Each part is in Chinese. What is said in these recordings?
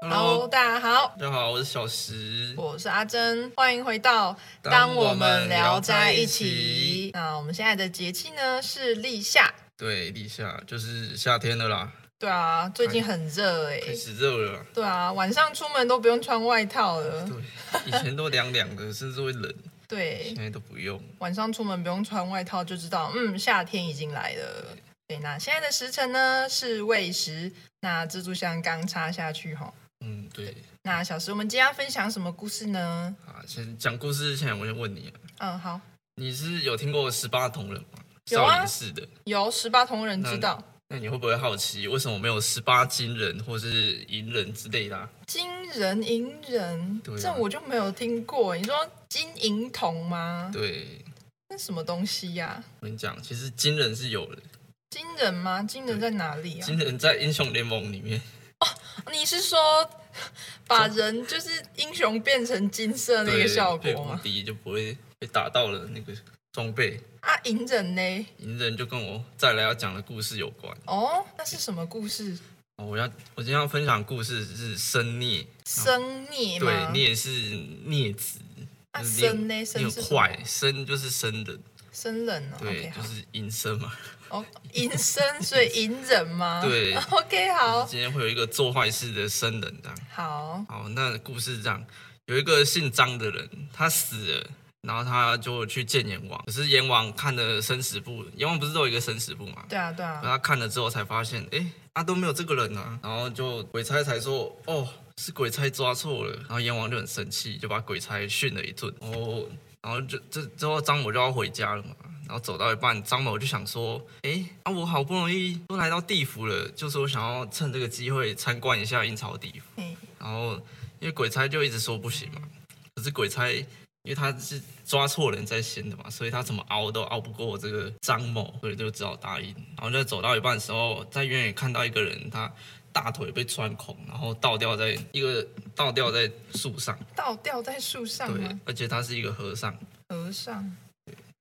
Hello，大家好，大家好，我是小石。我是阿珍，欢迎回到《当我们们聊聊在在一一起起》。那我们现在的节气呢是立夏，对，立夏就是夏天了啦，对啊，最近很热哎、开始热了啦。对啊，晚上出门都不用穿外套了，对，以前都凉凉的，甚至会冷，嗯 对现，在都不用。晚上出门不用穿外套就知道，嗯，夏天已经来了。对，那现在的时辰呢是未时，那蜘蛛箱刚插下去吼。嗯，对那小石，我们今天要分享什么故事呢？啊。先讲故事之前，我先问你啊，嗯，好，你是有听过十八铜人吗？有啊少林寺的。由十八铜人知道。那你会不会好奇，为什么没有十八金人或是银人之类的、啊？金人银人，对啊这我就没有听过。你说金银铜吗？对，那什么东西呀、我跟你讲，其实金人是有的。金人吗？金人在哪里啊？金人在英雄联盟里面，你是说把人就是英雄变成金色那个对效被果啊无吗？敌就不会被打到了那个装备。啊，银人呢？隐忍就跟我再来要讲的故事有关。哦，那是什么故事？哦我要我今天要分享的故事是生孽，生孽对，吗？孽是孽子，啊，就是生呢？你生很是什么坏，生就是生的，生人哦。对 OK，就好。是阴生嘛。哦，银生，所以银人吗？对 OK，好，今天会有一个做坏事的生人这样。好，好，那故事是这样，有一个姓张的人，他死了。然后他就去见阎王，可是阎王看了生死簿，阎王不是都有一个生死簿嘛？对啊，对啊。他看了之后才发现，哎，啊都没有这个人啊，然后就鬼差才说，哦，是鬼差抓错了，然后阎王就很生气，就把鬼差训了一顿，哦，然后就这之后张某就要回家了嘛。然后走到一半，张某就想说：“哎，啊，我好不容易都来到地府了，就是我想要趁这个机会参观一下阴曹地府。”嗯，然后因为鬼差就一直说不行嘛，可是鬼差因为他是抓错人在先的嘛，所以他怎么熬都熬不过这个张某，所以就只好答应。然后就走到一半的时候，在远远看到一个人，他大腿被穿孔，然后倒吊在一个倒吊在树上，倒吊在树上对吗？，而且他是一个和尚。和尚。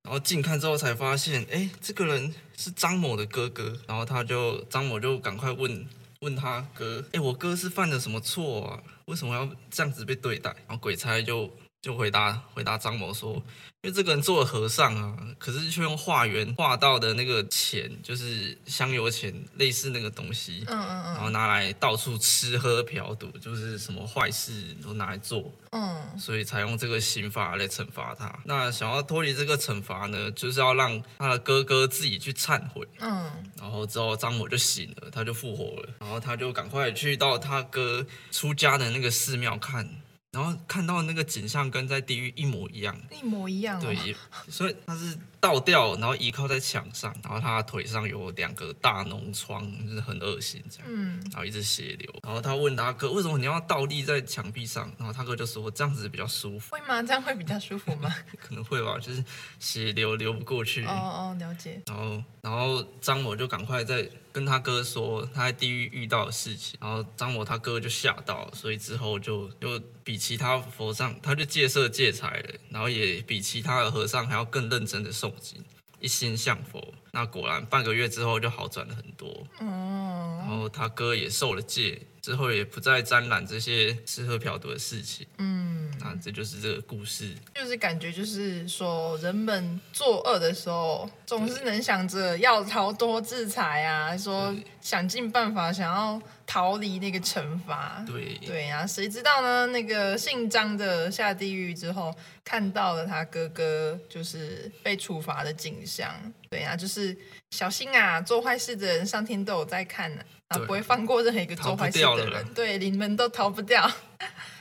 然后近看之后才发现，哎，这个人是张某的哥哥。然后他就张某就赶快问问他哥，哎，我哥是犯了什么错啊？为什么要这样子被对待？然后鬼差就就回答回答张某说，因为这个人做了和尚啊，可是却用化缘化到的那个钱，就是香油钱，类似那个东西，嗯嗯然后拿来到处吃喝嫖赌，就是什么坏事都拿来做。嗯嗯，所以才用这个刑罚来惩罚他。那想要脱离这个惩罚呢，就是要让他的哥哥自己去忏悔。嗯，然后之后张某就醒了，他就复活了，然后他就赶快去到他哥出家的那个寺庙看，然后看到那个景象跟在地狱一模一样。一模一样、哦。对，，也所以他是倒吊，然后倚靠在墙上，然后他的腿上有两个大脓疮，就是很恶心这样。嗯，然后一直血流，然后他问他哥为什么你要倒立在墙壁上，然后他哥就说这样子比较舒服。会吗？这样会比较舒服吗？可能会吧，就是血流流不过去。哦哦，了解。然后，然后张某就赶快在跟他哥说他在地狱遇到的事情，然后张某他哥就吓到，所以之后就就比其他佛尚，他就戒色戒财了，然后也比其他的和尚还要更认真的诵经，一心向佛。那果然半个月之后就好转了很多，然哦，后他哥也受了戒，之后也不再沾染这些吃喝嫖赌的事情。嗯，那这就是这个故事。就是感觉就是说，人们作恶的时候，总是能想着要逃脱制裁啊，说想尽办法想要逃离那个惩罚。对，对啊，谁知道呢？那个姓张的下地狱之后，看到了他哥哥就是被处罚的景象。对啊，就是小心啊，做坏事的人上天都有在看呢、啊，对不会放过任何一个做坏事逃不掉的了人啦。对，你们都逃不掉。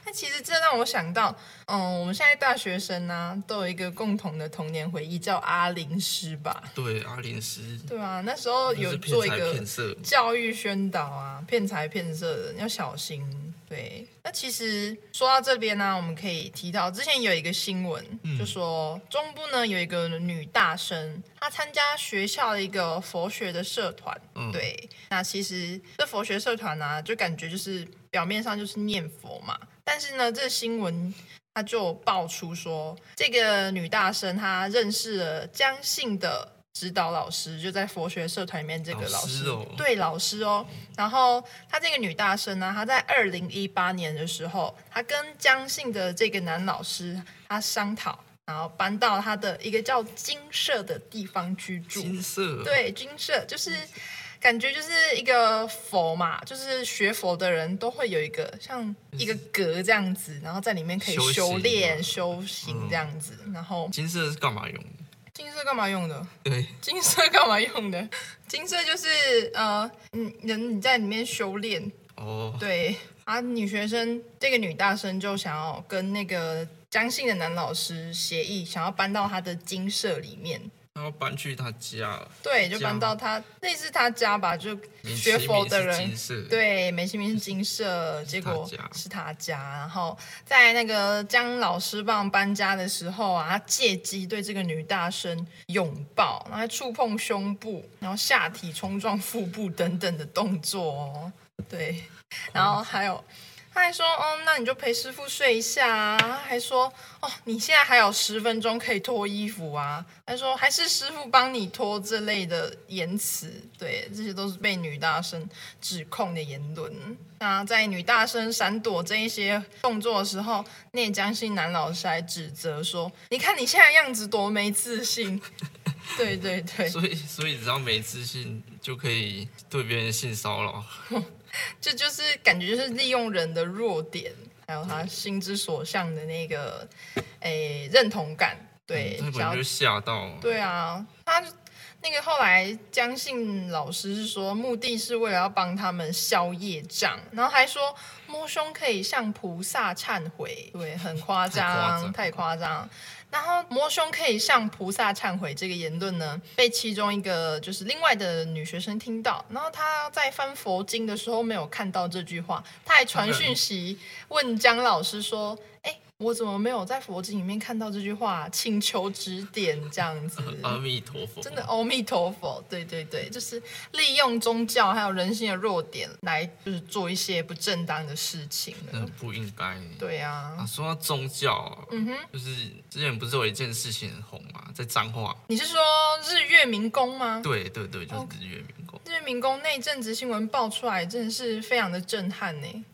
那其实这让我想到，嗯，我们现在大学生呢、都有一个共同的童年回忆，叫阿林师吧？对，阿莲师对啊，那时候有哦就是骗做一财个骗色，教育宣导啊，骗财骗色的要小心。对，那其实说到这边呢、我们可以提到之前有一个新闻，就说中部呢有一个女大生，她参加学校的一个佛学的社团。嗯对，那其实这佛学社团呢、啊就感觉就是表面上就是念佛嘛，但是呢，这新闻他就爆出说，这个女大生她认识了江姓的指导老师，就在佛学社团里面这个老老师，师哦对老师哦。然后她这个女大生呢，她在二零一八年的时候，她跟江姓的这个男老师，她商讨，然后搬到她的一个叫金舍的地方居住。金色，，对，军社就是感觉就是一个佛嘛，就是学佛的人都会有一个像一个格这样子，然后在里面可以嗯修行修炼、嘛修行这样子。然后金色是干嘛用的？金色干嘛用的？对，金色干嘛用的？金色就是呃，你人你在里面修炼，哦，对啊，女学生这个女大生就想要跟那个江姓的男老师协议，想要搬到他的金社里面。然后搬去他家了，对，就家搬吗到他类似他家吧，就美学其佛名的是人金，色，，对，美其名是金舍，结果家是他家。然后在那个江老师帮我们搬家的时候啊，他借机对这个女大生拥抱，然后还触碰胸部，然后下体冲撞腹部等等的动作哦。对，然后还有。他还说，哦，那你就陪师傅睡一下啊。他还说，哦，你现在还有十分钟可以脱衣服啊。他说，还是师傅帮你脱这类的言辞，对，这些都是被女大生指控的言论。那在女大生闪躲这一些动作的时候，内江姓男老师还指责说：“你看你现在样子多没自信。” 对对对，所以所以只要没自信就可以对别人性骚扰，这就是感觉就是利用人的弱点，还有他心之所向的那个诶认同感。对，那想本要就吓到了，对啊，他那个后来江信老师是说，目的是为了要帮他们消业障，然后还说摸胸可以向菩萨忏悔，对，很夸张，太太夸张。然后摸胸可以向菩萨忏悔这个言论呢，被其中一个就是另外的女学生听到，然后她在翻佛经的时候没有看到这句话，她还传讯息问江老师说：“哎、我怎么没有在佛经里面看到这句话？请求指点这样子。阿弥陀佛，真的，阿弥陀佛，对对对，就是利用宗教还有人性的弱点来，就是做一些不正当的事情真了的。不应该。对啊，啊，说到宗教啊，嗯哼，就是之前不是有一件事情很红嘛，在彰化，你是说日月民工吗？对对对，哦就是日月民工，日月民工那一阵子新闻爆出来，真的是非常的震撼呢。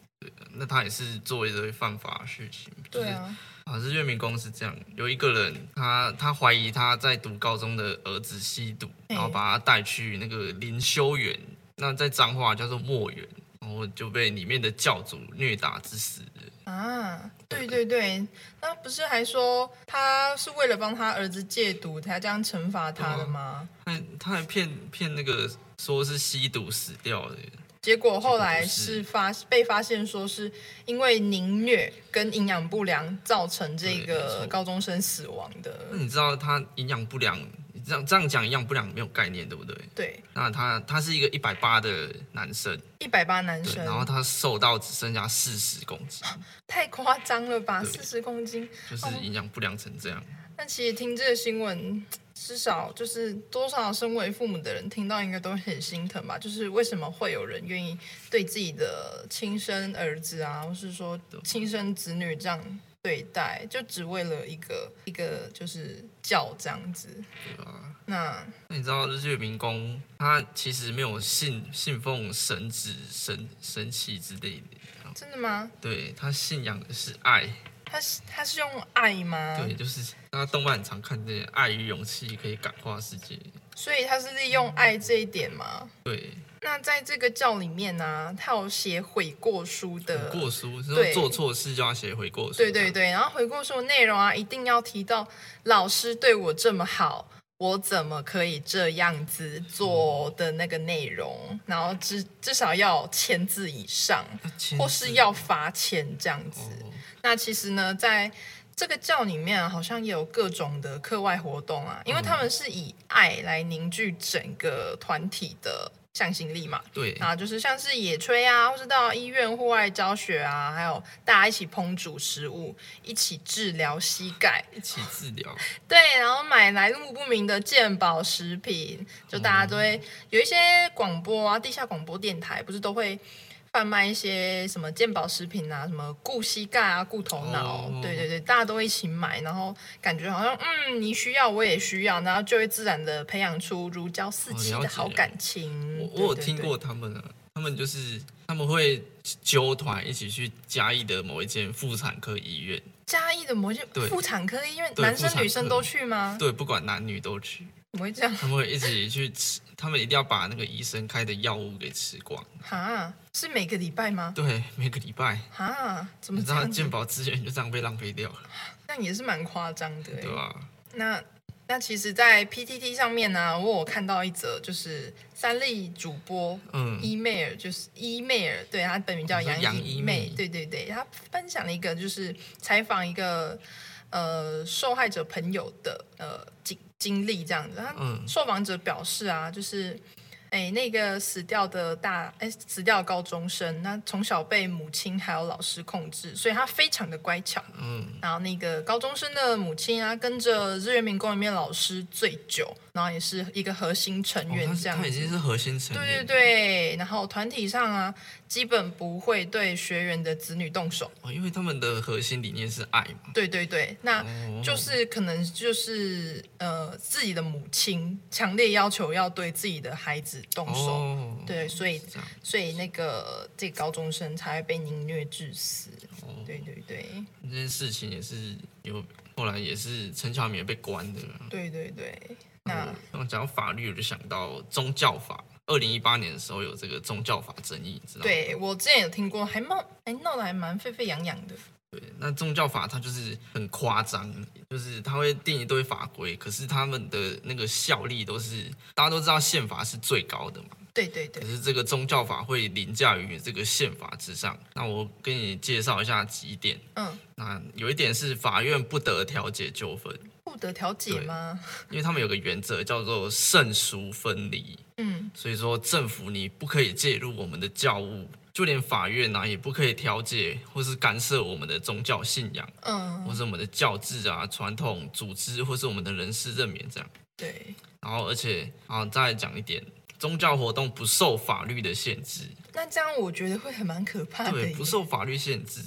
那他也是做一堆犯法的事情，就是对啊，啊，日月民工是这样，有一个人，他他怀疑他在读高中的儿子吸毒，哎然后把他带去那个灵修园，那在彰化叫做墨园，然后就被里面的教主虐打致死了。啊，对对对，那不是还说他是为了帮他儿子戒毒才这样惩罚他的吗？他他还骗骗那个说是吸毒死掉的，结果后来结是发被发现说是因为凌虐跟营养不良造成这对没个错嗯高中生死亡的那。你知道他营养不良？你这样这样讲营养不良没有概念，对不对？对，那他他是一个一百八的男生，一百八男对，生，然后他瘦到只剩下四十公斤，太夸张了吧，对四十公斤。就是营养不良成这样。但其实听这个新闻，至少就是多少身为父母的人听到，应该都很心疼吧。就是为什么会有人愿意对自己的亲生儿子啊，或是说亲生子女这样对待，就只为了一个一个就是教这样子。那那你知道日月民工他其实没有信信奉神旨、神神奇之类的，真的吗？对他信仰的是爱，他是他是用爱吗？对，，就是大家动漫很常看见爱与勇气可以感化世界，所以他是利用爱这一点吗？对，那在这个教里面呢、他有写悔过书的悔过书，是呃对说做错事就要写悔过书，对对，对，然后回顾书的内容啊，一定要提到老师对我这么好，我怎么可以这样子做的那个内容，然后至至少要千字以上，或是要罚钱这样子。哦那其实呢，在这个教里面、啊、好像也有各种的课外活动啊，因为他们是以爱来凝聚整个团体的向心力嘛。对，啊，就是像是野炊啊，或是到医院户外教学啊，还有大家一起烹煮食物，一起治疗膝盖，一起治疗，对，然后买来路不明的健保食哦品，就大家都会有一些广播啊，地下广播电台不是都会贩卖一些什么健保食品啊，什么顾膝盖啊、顾头脑，哦对对对，大家都一起买，然后感觉好像嗯，你需要我也需要，然后就会自然的培养出如胶似漆哦了解的好感情。我 对我有对听对过他们啊，他们就是他们会揪团一起去嘉义的某一间妇产科医院，嘉义的某些对妇产科医院，对男妇生产女生科都去吗？对，不管男女都去，怎么会这样？他们会一起去吃，他们一定要把那个医生开的药物给吃光。哈，是每个礼拜吗？对，每个礼拜，哈，怎你么知这道样健子？保资源就这样被浪费掉了，那也是蛮夸张的欸、对啊吧、那那其实，在 PTT 上面呢、我有看到一则，就是三立主播嗯，伊妹尔，就是伊妹尔，对，她本名叫你说杨杨伊伊妹妹，对对对，她分享了一个就是采访一个呃受害者朋友的呃经经历这样子，她嗯受访者表示啊，就是。哎，那个死掉的大哎，死掉的高中生，那从小被母亲还有老师控制，所以他非常的乖巧。嗯，然后那个高中生的母亲啊，跟着日月民工里面老师最久，然后也是一个核心成哦员他这是样他已子。经是核心成对对员，对，然后团体上啊，基本不会对学员的子女动手。哦，因为他们的核心理念是爱嘛，对对对，那哦，就是可能就是呃自己的母亲强烈要求要对自己的孩子动手，哦，对，所以是这样，所以那个这个高中生才会被凌虐致死。哦，对对对。这件事情也是有后来也是陈乔棉被关的，对对对，嗯那然后讲到法律，我就想到宗教法。二零一八年的时候有这个宗教法争议，你知道吗？对我之前有听过，还闹还闹得还蛮沸沸扬扬的。对，那宗教法它就是很夸张，就是它会定一堆法规，可是他们的那个效力都是大家都知道宪法是最高的嘛，对对可对，是这个宗教法会凌驾于这个宪法之上。那我给你介绍一下几点，嗯，那有一点是法院不得调解纠纷，不得调解对吗？因为他们有个原则叫做圣俗分离，嗯，所以说政府你不可以介入我们的教务，就连法院啊呢、也不可以调解或是干涉我们的宗教信仰。嗯，或是我们的教制啊、传统组织，或是我们的人事任免这样。对。然后，而且啊，再来讲一点，宗教活动不受法律的限制，那这样我觉得会很蛮可怕的对，耶。不受法律限制。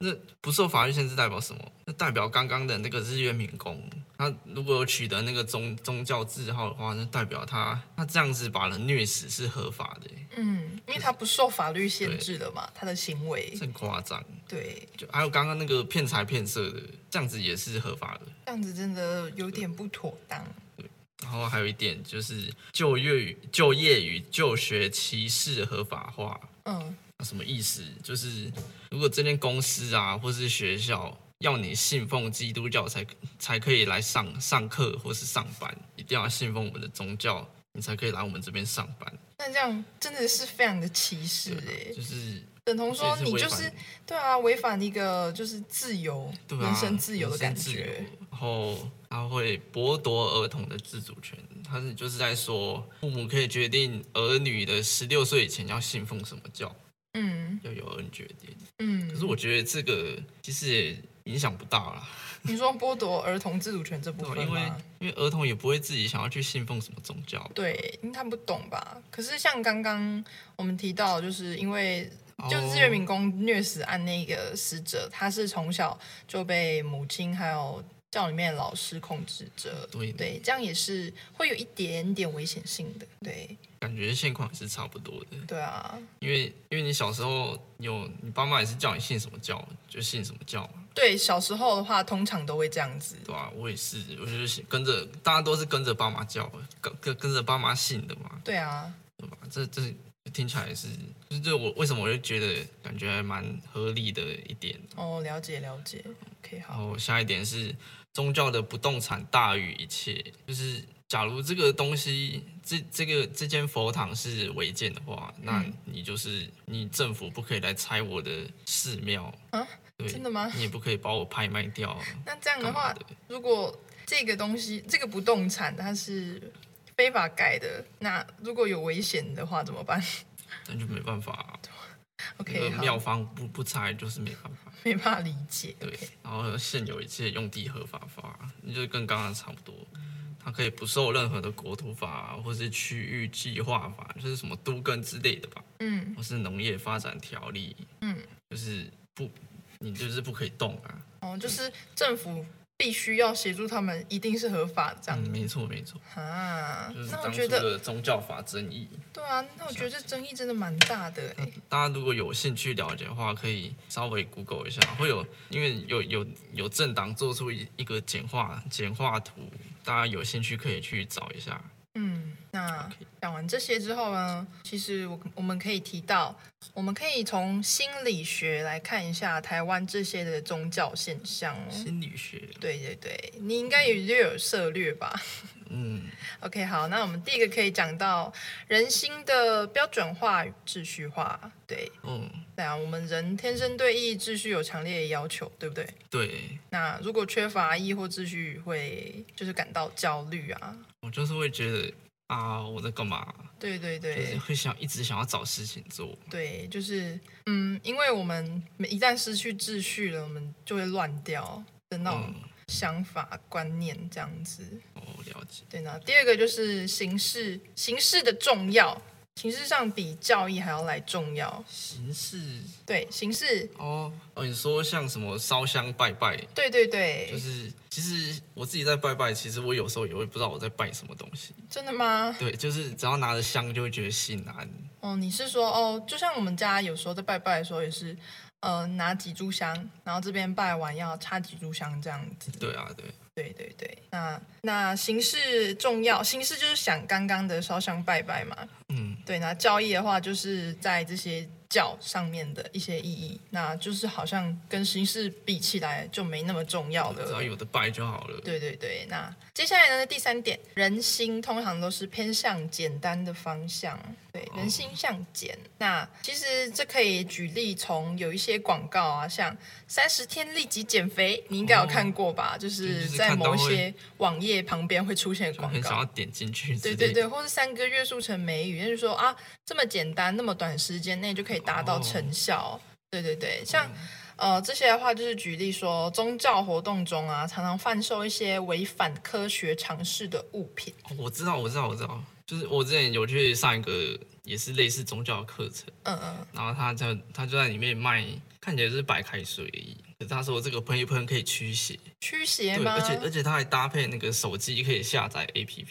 那不受法律限制代表什么？那代表刚刚的那个日月民工，他如果有取得那个宗宗教字号的话，那代表他他这样子把人虐死是合法的，欸嗯，因为他不受法律限制了嘛，他的行为。真夸张。对，就还有刚刚那个骗财骗色的，这样子也是合法的。这样子真的有点不妥当。然后还有一点就是就业与就业与就学歧视合法化，嗯，什么意思？就是如果这间公司啊，或是学校要你信奉基督教才才可以来上上课或是上班，一定要信奉我们的宗教，你才可以来我们这边上班。那这样真的是非常的歧视哎，啊就是等同说这也你违就反是对啊，违反一个就是自由、对啊，人身自由的人身感自觉。由。然后他会剥夺儿童的自主权，他是就是在说父母可以决定儿女的十六岁以前要信奉什么教。嗯要由人决定。嗯，可是我觉得这个其实也影响不大啦，你说剥夺儿童自主权这部对吧啊分因为吗？因为儿童也不会自己想要去信奉什么宗教，对，因为他不懂吧？可是像刚刚我们提到，就是因为就是哦日月民工虐死案那个死者，他是从小就被母亲还有教里面的老师控制着。对对，这样也是会有一点点危险性的。对，感觉现况也是差不多的。对啊，因为因为你小时候有你爸妈也是叫你信什么教就信什么教嘛，对，小时候的话，通常都会这样子。对吧、啊我也是，我就是跟着大家都是跟着爸妈教，跟跟跟着爸妈信的嘛，对啊，对吧？这这听起来也是，就是这我为什么我就觉得感觉还蛮合理的一点。哦，了解了解。OK，然好，后下一点是宗教的不动产大于一切，就是假如这个东西，这这个这间佛堂是违建的话，那嗯你就是你政府不可以来拆我的寺庙，啊，对，真的吗你也不可以把我拍卖掉啊，那这样的干话嘛，的？如果这个东西，这个不动产它是非法盖的，那如果有危险的话怎么办 那就没办法啊、那？OK，个呃庙好，方不不拆就是没办法。没办法理解。对，然后现有一切用地合法化，那就跟刚刚差不多。它它可以不受任何的国土法、啊、或是区域计划法，就是什么都更之类的吧，嗯或是农业发展条例，嗯，就是不，你就是不可以动啊。哦，就是政府必须要协助他们，一定是合法的这样嗯，没错没错，啊就是。那我当觉初得，的宗教法争议。对啊，那我觉得这争议真的蛮大的哎、大家如果有兴趣了解的话，可以稍微 Google 一下，会有因为有有有政党做出一一个简化简化图，大家有兴趣可以去找一下。嗯，那 OK 讲完这些之后呢，其实我我们可以提到，我们可以从心理学来看一下台湾这些的宗教现象哦。心理学，对对对，你应该也略有涉略吧？ 嗯， OK，好，那我们第一个可以讲到人心的标准化与秩序化。对，哦，对啊，我们人天生对意义秩序有强烈的要求，对不对？对，那如果缺乏意义或秩序，会就是感到焦虑啊。我就是会觉得啊，我在干嘛？对对就是对会想一直想要找事情做。对，就是嗯，因为我们一旦失去秩序了，我们就会乱掉的那种嗯，想法观念这样子。哦，了解。对呢，第二个就是形式，形式的重要，形式上比教义还要来重要。形式对，形式哦哦，你说像什么烧香拜拜，对对就对，是其实我自己在拜拜，其实我有时候也会不知道我在拜什么东西。真的吗？对，就是只要拿着香就会觉得心安。哦，你是说哦，就像我们家有时候在拜拜的时候也是，呃，拿几炷香，然后这边拜完要插几炷香这样子。对啊，对，对对对，那那形式重要，形式就是想刚刚的烧香拜拜嘛。嗯，对，那教义的话就是在这些教上面的一些意义，那就是好像跟形式比起来就没那么重要了。只要有的拜就好了。对对对，那接下来呢？第三点，人心通常都是偏向简单的方向，对，哦人心向简。那其实这可以举例从有一些广告啊，像三十天立即减肥，你应该有看过吧？就是哦就是在看到某一会些网页旁边会出现的就广很想告要。点进去之对类对的。对，或是三个月速成美语，就是说啊，这么简单，那么短时间内就可以达到哦嗯成效。对对对，像呃这些的话，就是举例说，宗教活动中啊，常常贩售一些违反科学常识的物品。哦我知道，我知道，我知道。就是我之前有去上一个也是类似宗教的课程，嗯嗯，然后他在他就在里面卖，看起来是白开水而已。可是他说这个喷一喷可以驱邪，驱邪对，吗？而且而且他还搭配那个手机可以下载 APP，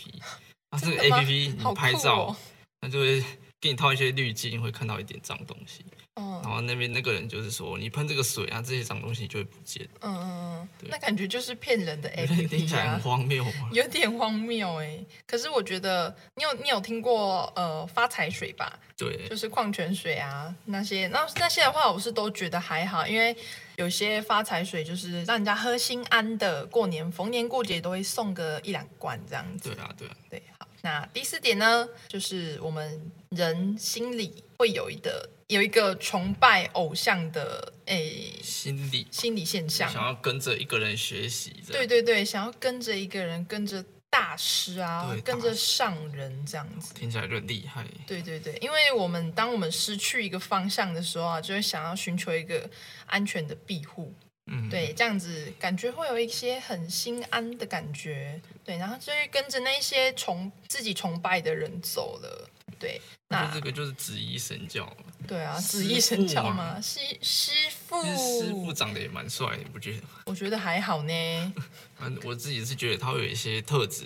啊，这个真的吗 APP 好你酷拍照哦，它就会给你套一些滤镜，会看到一点脏东西。嗯然后那边那个人就是说，你喷这个水啊，这些脏东西就会不见，嗯嗯嗯，对那感觉就是骗人的听起 APP 来啊很。荒谬啊。有点荒谬哎、可是我觉得你有你有听过呃发财水吧？对就，是矿泉水啊那些，那那些的话，我是都觉得还好，因为有些发财水就是让人家喝心安的，过年逢年过节都会送个一两罐这样子。对啊，对啊，对，好。那第四点呢，就是我们人心里会有一个有一个崇拜偶像的诶、心理心理现象想，要跟着一个人学习，这对样，对对，想要跟着一个人，跟着大师啊对，跟大着师上人这样子。听起来就很厉害。对对对，因为我们当我们失去一个方向的时候啊，就会想要寻求一个安全的庇护。嗯，对，这样子感觉会有一些很心安的感觉。对，然后就会跟着那些崇自己崇拜的人走了。对，那哦那这个就是紫衣神教嘛，对啊，师子意神教父嘛，嘛师师傅其，实师傅长得也蛮帅的，你不觉得吗？我觉得还好呢。反正我自己是觉得他会有一些特质，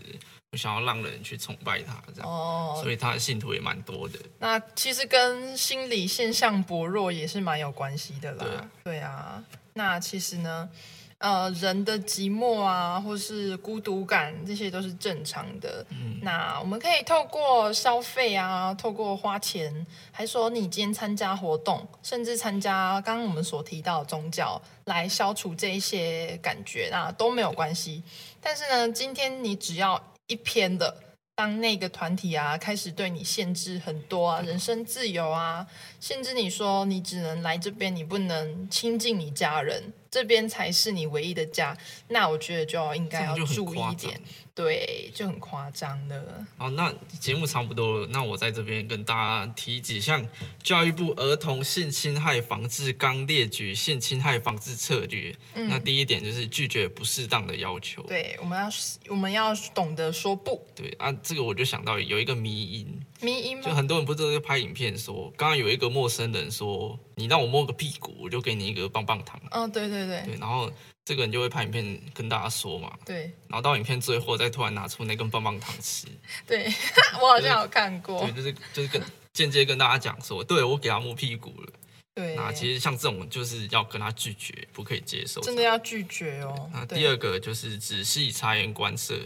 我想要让人去崇拜他，这样， 哦，所以他的信徒也蛮多的。那其实跟心理现象薄弱也是蛮有关系的啦。对啊对啊，那其实呢，呃，人的寂寞啊，或是孤独感，这些都是正常的。那我们可以透过消费啊，透过花钱，还说你今天参加活动，甚至参加刚刚我们所提到的宗教，来消除这一些感觉，那都没有关系。但是呢，今天你只要一篇的。当那个团体啊开始对你限制很多嗯啊，人身自由啊，限制你说你只能来这边，你不能亲近你家人，这边才是你唯一的家，那我觉得就要应该要这样就很注意夸一张点，对，就很夸张的。好，那节目差不多了，那我在这边跟大家提几项教育部儿童性侵害防治纲列举性侵害防治策略。那第一点就是拒绝不适当的要求。嗯对，我们要我们要懂得说不，对啊，这个我就想到有一个迷因，迷因就吗？很多人不是都在拍影片说，刚刚有一个陌生人说，你让我摸个屁股，我就给你一个棒棒糖。嗯、对对对对，然后这个人就会拍影片跟大家说嘛，对然后到影片最后再突然拿出那根棒棒糖吃，对， 我好像有看过对，，就是就是跟间接跟大家讲说，对我给他摸屁股了。对，那其实像这种就是要跟他拒绝，不可以接受。真的要拒绝哦那。第对，二个就是仔细察言观色，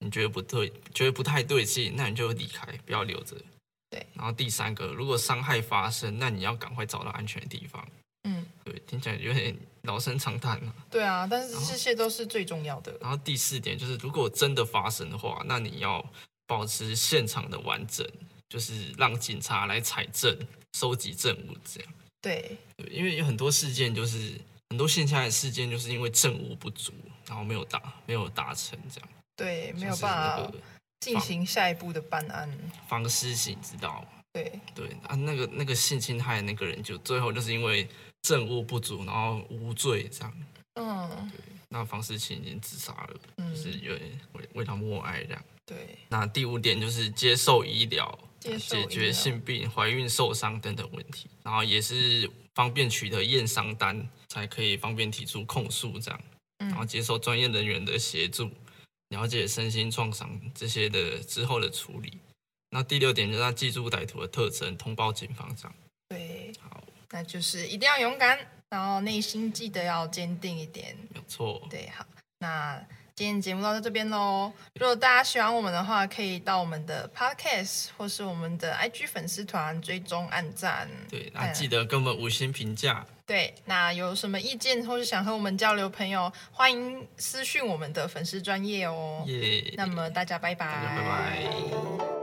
你觉得不对，觉得不太对劲，那你就离开，不要留着。对。然后第三个，如果伤害发生，那你要赶快找到安全的地方。嗯，对，听起来有点老生常谈了、对啊，但是这些都是最重要的。然后第四点就是，如果真的发生的话，那你要保持现场的完整，就是让警察来采证、收集证物这样。对，对，因为有很多事件就是很多线下的事件，就是因为证物不足，然后没有达没有达成这样，对，没有像是那办法个进行下一步的办案。方失行知道。对，对啊，那个那个性侵害的那个人就最后就是因为证物不足，然后无罪这样。嗯那方世清已经自杀了，就是嗯，有点为为他默哀这样。对，那第五点就是接受医疗，接受医疗解决性病、怀孕、受伤等等问题，然后也是方便取得验伤单，才可以方便提出控诉这样，嗯然后接受专业人员的协助，了解身心创伤这些的之后的处理。那第六点就是要记住歹徒的特征，通报警方这样。对，好，那就是一定要勇敢，然后内心记得要坚定一点。没有错，对，好，那今天节目到这边喽。如果大家喜欢我们的话，可以到我们的 Podcast 或是我们的 IG 粉丝团追踪、按赞。对，那记得给我们五星评价。对，那有什么意见或是想和我们交流，朋友欢迎私讯我们的粉丝专业哦。耶、那么大家拜拜，大家拜拜。